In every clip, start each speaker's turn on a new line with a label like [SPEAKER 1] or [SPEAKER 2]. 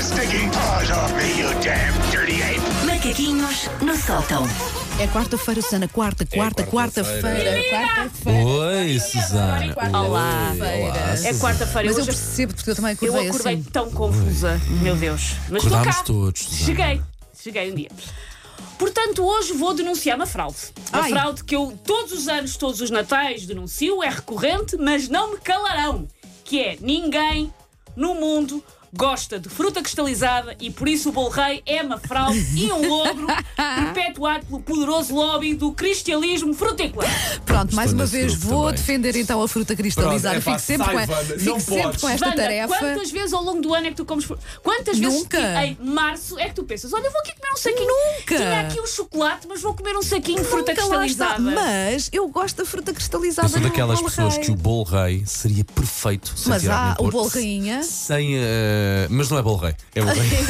[SPEAKER 1] stinking paws off me, you damn dirty ape!
[SPEAKER 2] Macaquinhos no sótão.
[SPEAKER 3] É quarta-feira, Susana, quarta, quarta,
[SPEAKER 4] É quarta-feira.
[SPEAKER 3] quarta-feira. quarta-feira.
[SPEAKER 4] Oi, Susana.
[SPEAKER 5] Olá.
[SPEAKER 4] Olá,
[SPEAKER 5] É
[SPEAKER 4] Susana.
[SPEAKER 5] quarta-feira.
[SPEAKER 3] Mas eu
[SPEAKER 5] Hoje
[SPEAKER 3] percebo porque eu também
[SPEAKER 5] eu
[SPEAKER 3] acordei
[SPEAKER 5] acordei
[SPEAKER 3] assim.
[SPEAKER 5] tão confusa. Meu Deus. Mas estou
[SPEAKER 4] Acordámos
[SPEAKER 5] cá.
[SPEAKER 4] todos,
[SPEAKER 3] é?
[SPEAKER 4] Susana.
[SPEAKER 5] Cheguei. Cheguei um dia. Portanto, hoje vou denunciar uma fraude. Uma
[SPEAKER 3] Ai.
[SPEAKER 5] fraude que eu todos os anos, todos os natais denuncio, é recorrente, mas não me calarão. Que é, ninguém no mundo gosta de fruta cristalizada e por isso o bolo rei é uma fraude e um logro perpetuado pelo poderoso lobby do cristialismo frutícola.
[SPEAKER 3] Pronto, mais uma
[SPEAKER 4] Estou nesse
[SPEAKER 3] vez
[SPEAKER 4] grupo
[SPEAKER 3] vou
[SPEAKER 4] também.
[SPEAKER 3] defender então a fruta cristalizada.
[SPEAKER 4] Pronto, é pá,
[SPEAKER 3] fico sempre,
[SPEAKER 4] sai,
[SPEAKER 3] com, a-
[SPEAKER 4] Wanda,
[SPEAKER 3] fico
[SPEAKER 4] não
[SPEAKER 3] sempre
[SPEAKER 4] podes.
[SPEAKER 3] com esta
[SPEAKER 5] Wanda,
[SPEAKER 3] tarefa.
[SPEAKER 5] Quantas vezes ao longo do ano é que tu comes fruta? Quantas
[SPEAKER 3] Nunca.
[SPEAKER 5] vezes que em março é que tu pensas, olha, eu vou aqui comer um saquinho.
[SPEAKER 3] Nunca.
[SPEAKER 5] Tinha aqui um chocolate, mas vou comer um saquinho de fruta
[SPEAKER 3] Nunca lá está.
[SPEAKER 5] cristalizada.
[SPEAKER 3] Mas eu gosto da fruta cristalizada.
[SPEAKER 4] Eu sou
[SPEAKER 3] no
[SPEAKER 4] daquelas
[SPEAKER 3] bolo
[SPEAKER 4] pessoas
[SPEAKER 3] rei.
[SPEAKER 4] que o bolo rei seria perfeito sem
[SPEAKER 3] Mas
[SPEAKER 4] tirar
[SPEAKER 3] há
[SPEAKER 4] nenhum
[SPEAKER 3] o
[SPEAKER 4] corte.
[SPEAKER 3] bolo rainha.
[SPEAKER 4] Sem. eh, mas não é bolo rei. É bolo rei.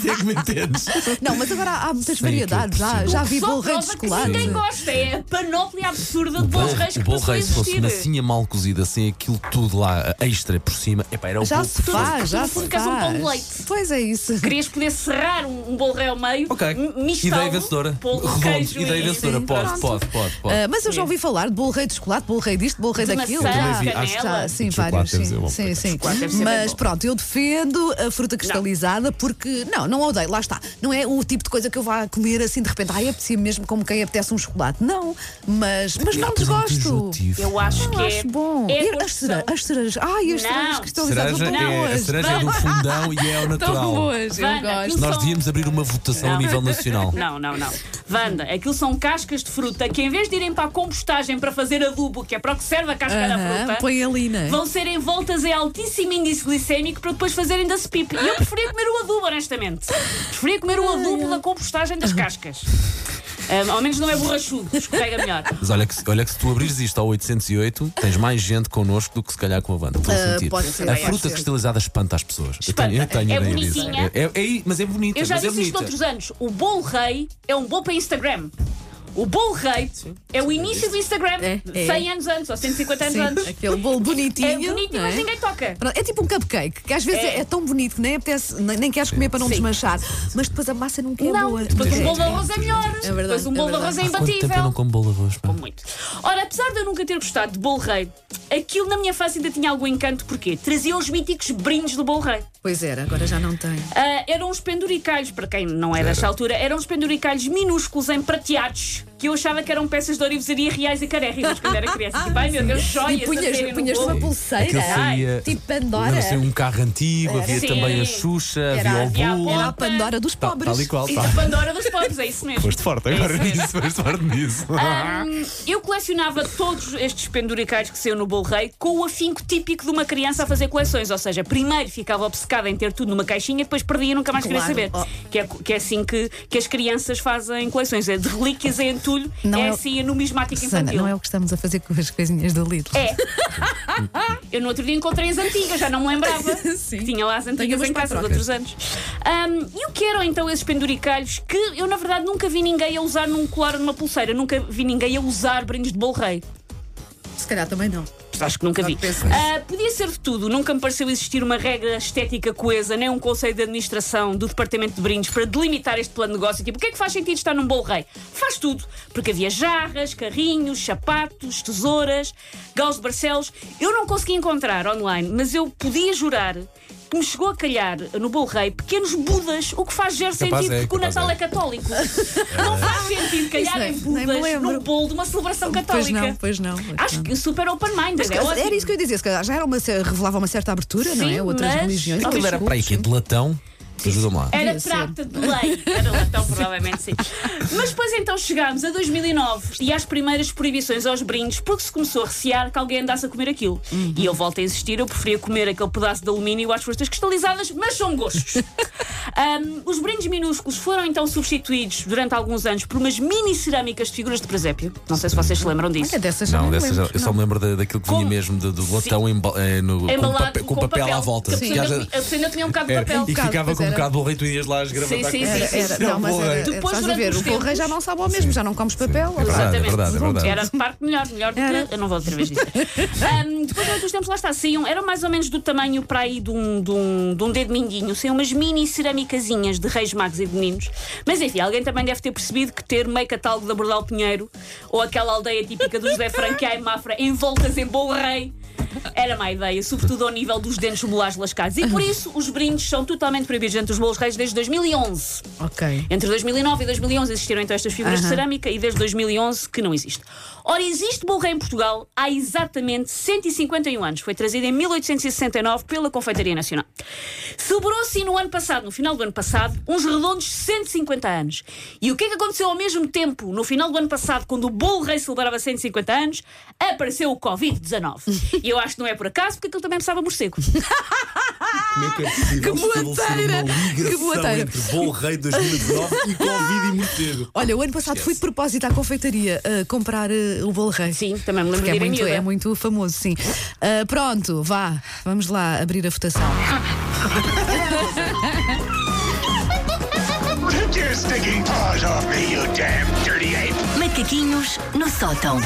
[SPEAKER 4] Se é que me entendes.
[SPEAKER 3] Não, mas agora há muitas
[SPEAKER 4] Sei
[SPEAKER 3] variedades.
[SPEAKER 4] aquilo
[SPEAKER 3] Já,
[SPEAKER 4] possível.
[SPEAKER 3] já vi
[SPEAKER 5] Só
[SPEAKER 3] bolo rei de
[SPEAKER 5] prova que
[SPEAKER 3] chocolate.
[SPEAKER 5] ninguém gosta. É a panóplia absurda de
[SPEAKER 4] O
[SPEAKER 5] bolos
[SPEAKER 4] bolo,
[SPEAKER 5] reis
[SPEAKER 4] o
[SPEAKER 5] que
[SPEAKER 4] bolo
[SPEAKER 5] passou a
[SPEAKER 4] rei, se fosse
[SPEAKER 5] existir.
[SPEAKER 4] massinha mal cozida, sem aquilo tudo lá eh, extra por cima, epá, era o
[SPEAKER 3] Já
[SPEAKER 4] bolo
[SPEAKER 3] se
[SPEAKER 4] perfeito.
[SPEAKER 3] faz, já
[SPEAKER 5] no
[SPEAKER 3] se
[SPEAKER 5] fundo queres
[SPEAKER 3] faz.
[SPEAKER 5] um pão de leite.
[SPEAKER 3] Pois é isso.
[SPEAKER 5] Querias poder serrar um, um bolo rei ao meio,
[SPEAKER 4] Ok,
[SPEAKER 5] m- mistá-lo,
[SPEAKER 4] ideia vencedora.
[SPEAKER 5] pô-lo no
[SPEAKER 4] Redondo,
[SPEAKER 5] queijo
[SPEAKER 4] ideia
[SPEAKER 5] e- assim.
[SPEAKER 4] vencedora.
[SPEAKER 5] Sim,
[SPEAKER 4] Pode,
[SPEAKER 5] pronto.
[SPEAKER 4] pode, pode, pode.
[SPEAKER 3] Ah, mas eu já ouvi falar de bolo rei de chocolate, bolo rei disto, bolo rei
[SPEAKER 5] De
[SPEAKER 3] daquilo.
[SPEAKER 5] maçã,
[SPEAKER 3] já,
[SPEAKER 5] de canela.
[SPEAKER 3] já, sim,
[SPEAKER 4] De chocolate
[SPEAKER 3] vários.
[SPEAKER 4] deve ser
[SPEAKER 3] Sim,
[SPEAKER 4] bom,
[SPEAKER 3] sim,
[SPEAKER 4] coitado.
[SPEAKER 3] sim.
[SPEAKER 5] Chocolate deve ser bem
[SPEAKER 3] Mas
[SPEAKER 5] bom.
[SPEAKER 3] pronto, eu defendo a fruta cristalizada porque, não, não a odeio, lá está. Não é o tipo de coisa que eu vá comer assim de repente, ai, apetecia mesmo como quem apetece um chocolate. Não, mas, mas não
[SPEAKER 4] Pois é muito
[SPEAKER 3] desgosto.
[SPEAKER 4] enjoativo.
[SPEAKER 5] Eu acho que
[SPEAKER 3] Eu
[SPEAKER 5] é,
[SPEAKER 3] acho bom.
[SPEAKER 5] é a
[SPEAKER 3] E as
[SPEAKER 5] construção.
[SPEAKER 3] cerejas, as cerejas, ai, as
[SPEAKER 5] Não.
[SPEAKER 3] cerejas cristalizadas
[SPEAKER 4] Cereja
[SPEAKER 3] são tão
[SPEAKER 4] é, a
[SPEAKER 3] boas.
[SPEAKER 4] cereja é do fundão e é ao
[SPEAKER 3] Tão
[SPEAKER 4] natural.
[SPEAKER 3] boas, eu
[SPEAKER 5] Vanda,
[SPEAKER 3] gosto.
[SPEAKER 5] aquilo
[SPEAKER 4] Nós
[SPEAKER 5] são-
[SPEAKER 4] devíamos abrir uma votação a
[SPEAKER 5] Não.
[SPEAKER 4] nível nacional.
[SPEAKER 5] Não, não, não. Wanda, aquilo são cascas de fruta que, em vez de irem para a compostagem para fazer adubo, que é para o que serve a casca da
[SPEAKER 3] Aham,
[SPEAKER 5] fruta,
[SPEAKER 3] põe ali, né?
[SPEAKER 5] vão ser envoltas em altíssimo índice glicémico para depois fazerem da spip. E eu preferia comer o adubo, honestamente. Preferia comer o adubo da compostagem das cascas. Ah, ao menos não é borrachudo, escorrega melhor.
[SPEAKER 4] Mas olha que, se- olha que se tu abrires isto ao 808, tens mais gente connosco do que se calhar com a Wanda. Estou a
[SPEAKER 3] Ah,
[SPEAKER 4] sentir.
[SPEAKER 3] pode ser,
[SPEAKER 4] a
[SPEAKER 3] pode
[SPEAKER 4] fruta
[SPEAKER 3] ser.
[SPEAKER 4] cristalizada espanta as pessoas.
[SPEAKER 5] Espanta.
[SPEAKER 4] Eu tenho, eu
[SPEAKER 5] É
[SPEAKER 4] tenho ideia disso.
[SPEAKER 5] bonitinha.
[SPEAKER 4] É, é- é- mas é bonita.
[SPEAKER 5] Eu já
[SPEAKER 4] mas é
[SPEAKER 5] disse isto
[SPEAKER 4] bonita.
[SPEAKER 5] noutros anos. O bolo rei é um bom para Instagram. O bolo rei é o início do Instagram.
[SPEAKER 3] É, é.
[SPEAKER 5] 100 anos antes, ou 150 anos
[SPEAKER 3] Sim,
[SPEAKER 5] antes.
[SPEAKER 3] aquele bolo bonitinho.
[SPEAKER 5] É bonito,
[SPEAKER 3] não
[SPEAKER 5] mas
[SPEAKER 3] é?
[SPEAKER 5] ninguém toca.
[SPEAKER 3] Pronto, É tipo um cupcake, que às vezes é,
[SPEAKER 5] É.
[SPEAKER 3] é tão bonito que nem, apetece, nem, nem queres comer para não desmanchar, mas depois a massa nunca é
[SPEAKER 5] Não,
[SPEAKER 3] boa.
[SPEAKER 5] depois
[SPEAKER 4] Muita
[SPEAKER 5] um bolo de
[SPEAKER 4] gente.
[SPEAKER 5] arroz é melhor.
[SPEAKER 3] verdade,
[SPEAKER 5] depois um
[SPEAKER 3] é
[SPEAKER 5] bolo de arroz
[SPEAKER 3] verdade.
[SPEAKER 5] é
[SPEAKER 4] Há quanto tempo eu não
[SPEAKER 5] imbatível.
[SPEAKER 4] como bolo de arroz? pá?
[SPEAKER 5] Muito. Ora, apesar de eu nunca ter gostado de bolo rei, aquilo na minha face ainda tinha algum encanto, porque trazia os míticos brindes do bolo rei.
[SPEAKER 3] Pois era, agora já não tem.
[SPEAKER 5] Ah, eram uns penduricalhos, para quem não é desta altura, eram uns penduricalhos minúsculos em prateados, que eu achava que eram peças de orivesaria reais e carérrimas quando era criança. Tipo, ai meu Deus, joias
[SPEAKER 3] e
[SPEAKER 5] a
[SPEAKER 3] punhas,
[SPEAKER 5] serem no
[SPEAKER 3] punhas
[SPEAKER 5] bolo.
[SPEAKER 3] uma pulseira,
[SPEAKER 4] Aquilo É saía-
[SPEAKER 3] tipo Pandora. assim.
[SPEAKER 4] Lembra-se de um carro antigo, havia
[SPEAKER 5] Sim.
[SPEAKER 4] também a Xuxa,
[SPEAKER 3] Era a
[SPEAKER 4] havia o
[SPEAKER 5] Diabo.
[SPEAKER 4] bolo.
[SPEAKER 3] Era É assim. a Pandora dos
[SPEAKER 4] Tá-
[SPEAKER 3] pobres.
[SPEAKER 4] tal e qual,
[SPEAKER 5] E
[SPEAKER 4] tá.
[SPEAKER 5] a Pandora dos pobres, é isso mesmo.
[SPEAKER 4] Foste forte agora
[SPEAKER 5] É isso mesmo.
[SPEAKER 4] nisso, foste forte nisso.
[SPEAKER 3] Ah.
[SPEAKER 5] Ahm, Hum, eu colecionava todos estes penduricais que saiu no Bolo Rei com o afinco típico de uma criança a fazer coleções. Ou seja, primeiro ficava obcecada em ter tudo numa caixinha, depois perdia e nunca mais
[SPEAKER 3] Claro.
[SPEAKER 5] queria saber.
[SPEAKER 3] Oh.
[SPEAKER 5] Que, é, que é assim que, que as crianças fazem coleções. É de relíquias em entulho,
[SPEAKER 3] Não
[SPEAKER 5] é,
[SPEAKER 3] é o-
[SPEAKER 5] assim a numismática
[SPEAKER 3] Susana,
[SPEAKER 5] infantil.
[SPEAKER 3] não é o que estamos a fazer com as coisinhas do Lidl.
[SPEAKER 5] É. Eu no outro dia encontrei as antigas, já não me lembrava.
[SPEAKER 3] Sim.
[SPEAKER 5] Que tinha lá as
[SPEAKER 3] Tenho
[SPEAKER 5] antigas
[SPEAKER 3] umas
[SPEAKER 5] em casa de
[SPEAKER 3] patrocas.
[SPEAKER 5] outros anos. Ahm, e o que eram então esses penduricalhos que eu, na verdade, nunca vi ninguém a usar num colar ou numa pulseira. Nunca vi ninguém a usar brindes de bolo rei.
[SPEAKER 3] Se calhar também não.
[SPEAKER 5] Acho que nunca vi.
[SPEAKER 3] Não penso nisso.
[SPEAKER 5] Ah, podia ser de tudo. Nunca me pareceu existir uma regra estética coesa, nem um conselho de administração do departamento de brindes para delimitar este plano de negócio. Tipo, o que é que faz sentido estar num bolo rei? Faz tudo. Porque havia jarras, carrinhos, sapatos, tesouras, gaus de barcelos. Eu não consegui encontrar online, mas eu podia jurar que me chegou a calhar no bolo rei pequenos budas, o que faz zero
[SPEAKER 4] Capaz
[SPEAKER 5] sentido,
[SPEAKER 4] é,
[SPEAKER 5] porque o
[SPEAKER 4] capaz
[SPEAKER 5] Natal
[SPEAKER 4] é.
[SPEAKER 5] é, católico. não faz sentido
[SPEAKER 3] Isso é,
[SPEAKER 5] calhar
[SPEAKER 3] nem-
[SPEAKER 5] em
[SPEAKER 3] nem me
[SPEAKER 5] budas
[SPEAKER 3] lembro.
[SPEAKER 5] num bolo de uma celebração
[SPEAKER 3] Pois
[SPEAKER 5] católica.
[SPEAKER 3] não, pois não. pois
[SPEAKER 5] Acho
[SPEAKER 3] não.
[SPEAKER 5] que super open-minded. É ótimo.
[SPEAKER 3] Era isso que eu ia dizer, se calhar já era uma, cer- revelava uma certa abertura, não
[SPEAKER 5] Sim,
[SPEAKER 3] é? Outras
[SPEAKER 5] mas-
[SPEAKER 3] religiões.
[SPEAKER 5] Aquilo
[SPEAKER 4] Aquilo
[SPEAKER 3] outros
[SPEAKER 4] era para aí, que é
[SPEAKER 3] cultos.
[SPEAKER 4] de latão. Ajuda-me lá.
[SPEAKER 5] Era
[SPEAKER 3] Devia ser.
[SPEAKER 5] prata de lei. Era latão, provavelmente sim. Mas depois então chegámos a 2009 e às primeiras proibições aos brindes porque se começou a recear que alguém andasse a comer aquilo.
[SPEAKER 3] Uhum.
[SPEAKER 5] E eu volto a insistir, eu preferia comer aquele pedaço de alumínio às frutas cristalizadas, mas são gostos. Ahm, os brindes minúsculos foram então substituídos durante alguns anos por umas mini cerâmicas de figuras de presépio. Não sei se vocês se lembram disso.
[SPEAKER 3] Olha, dessas já
[SPEAKER 4] Não,
[SPEAKER 3] nem me
[SPEAKER 4] dessas,
[SPEAKER 3] lembro,
[SPEAKER 4] eu só
[SPEAKER 3] não.
[SPEAKER 4] me lembro da- daquilo que vinha
[SPEAKER 5] Com-
[SPEAKER 4] mesmo de- do
[SPEAKER 5] Sim.
[SPEAKER 4] latão emba- eh, no- com,
[SPEAKER 5] Embalado
[SPEAKER 4] papel, com papel à volta.
[SPEAKER 5] que a
[SPEAKER 4] Sim.
[SPEAKER 5] pessoa
[SPEAKER 4] Já-
[SPEAKER 5] ainda- a pessoa ainda tinha um bocado de
[SPEAKER 4] era,
[SPEAKER 5] papel.
[SPEAKER 4] e
[SPEAKER 3] bocado,
[SPEAKER 4] ficava
[SPEAKER 3] pois
[SPEAKER 4] com um
[SPEAKER 3] era.
[SPEAKER 4] bocado de borrito e ias lá esgravar
[SPEAKER 5] Sim, sim,
[SPEAKER 3] Era,
[SPEAKER 5] sim,
[SPEAKER 3] era, não, mas era, era,
[SPEAKER 5] Depois,
[SPEAKER 3] estás a
[SPEAKER 5] durante
[SPEAKER 3] ver,
[SPEAKER 5] os
[SPEAKER 3] o bolo rei
[SPEAKER 5] tempos-
[SPEAKER 3] já não sabe ao mesmo, já não comes papel.
[SPEAKER 4] É verdade, é
[SPEAKER 5] Exatamente.
[SPEAKER 4] verdade, é verdade.
[SPEAKER 5] Era de parte melhor, melhor do
[SPEAKER 3] Era.
[SPEAKER 5] que. Eu não vou outra vez dizer. Ahm, depois, durante os tempos, lá está, saíam, eram mais ou menos do tamanho para aí de um, de um, de um dedo mindinho, saíam umas mini cerâmicazinhas de reis magos e de meninos. Mas enfim, alguém também deve ter percebido que ter meio catálogo de Abordal Pinheiro ou aquela aldeia típica do José Franqueia e Mafra envoltas em bom rei. Era má ideia, sobretudo ao nível dos dentes molares lascados. E por isso os brindes são totalmente proibidos entre os bolos reis desde 2011.
[SPEAKER 3] Ok.
[SPEAKER 5] Entre 2009 e 2011 existiram então estas figuras de
[SPEAKER 3] Aham.
[SPEAKER 5] cerâmica e desde 2011 que não existe. Ora, existe bolo rei em Portugal há exatamente 151 anos. Foi trazido em 1869 pela Confeitaria Nacional. Celebrou-se no ano passado, no final do ano passado, uns redondos 150 anos. E o que é que aconteceu ao mesmo tempo, no final do ano passado, quando o bolo rei celebrava 150 anos, apareceu o Covid-19. e eu acho que não é por acaso, porque aquilo também precisava morcego.
[SPEAKER 6] Como é que é possível
[SPEAKER 3] Que
[SPEAKER 6] estabelecer uma
[SPEAKER 3] boateira! Que
[SPEAKER 6] ligação
[SPEAKER 3] boateira!
[SPEAKER 6] entre Bom Rei 2019 e Covid e morcego?
[SPEAKER 3] Olha, o ano passado fui de propósito à confeitaria ah, comprar ah, o bolo rei.
[SPEAKER 5] Sim, também me lembro
[SPEAKER 3] Porque
[SPEAKER 5] de
[SPEAKER 3] é
[SPEAKER 5] ir em
[SPEAKER 3] muito,
[SPEAKER 5] miúda.
[SPEAKER 3] é muito famoso, sim. Ah, pronto, vá, vamos lá abrir a votação.
[SPEAKER 1] Take your stinking paws off me, you damn dirty ape!
[SPEAKER 2] Macaquinhos no sótão.